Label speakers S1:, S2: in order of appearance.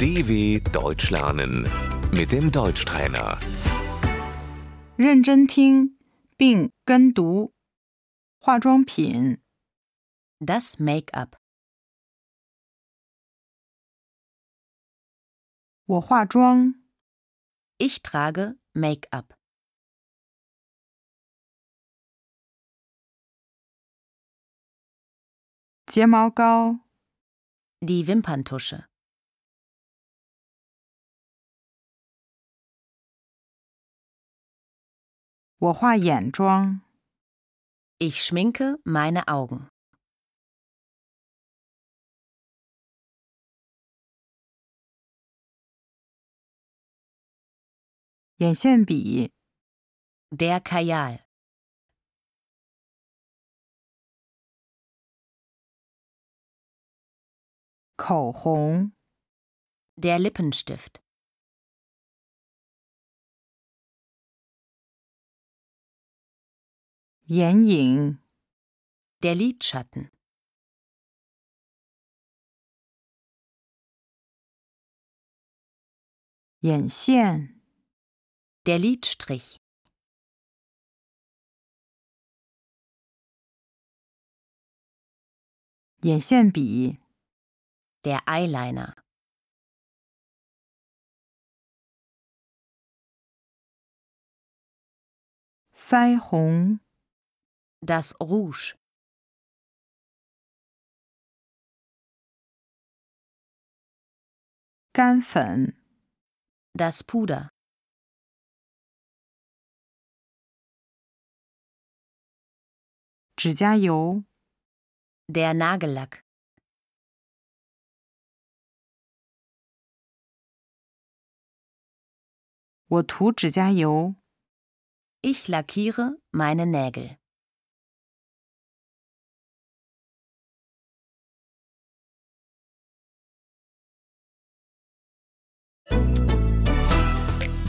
S1: DW Deutsch lernen mit dem Deutschtrainer.
S2: 认真听并跟读。化妆品、
S3: Das Make-up.
S2: 我化妆、
S3: Ich trage Make-up.
S2: 睫毛膏、
S3: Die Wimperntusche.
S2: 我化眼妆、
S3: Ich schminke meine Augen.
S2: 眼线笔、
S3: Der Kajal.
S2: 口红、
S3: Der Lippenstift.
S2: 眼影、
S3: Der Lidschatten.
S2: 眼线、
S3: Der Lidstrich.
S2: 眼线笔、
S3: Der Eyeliner.
S2: 腮红、
S3: Das Rouge.
S2: 干粉、
S3: Das Puder.
S2: 指甲油、
S3: Der Nagellack.
S2: 我涂指甲油、
S3: Ich lackiere meine Nägel.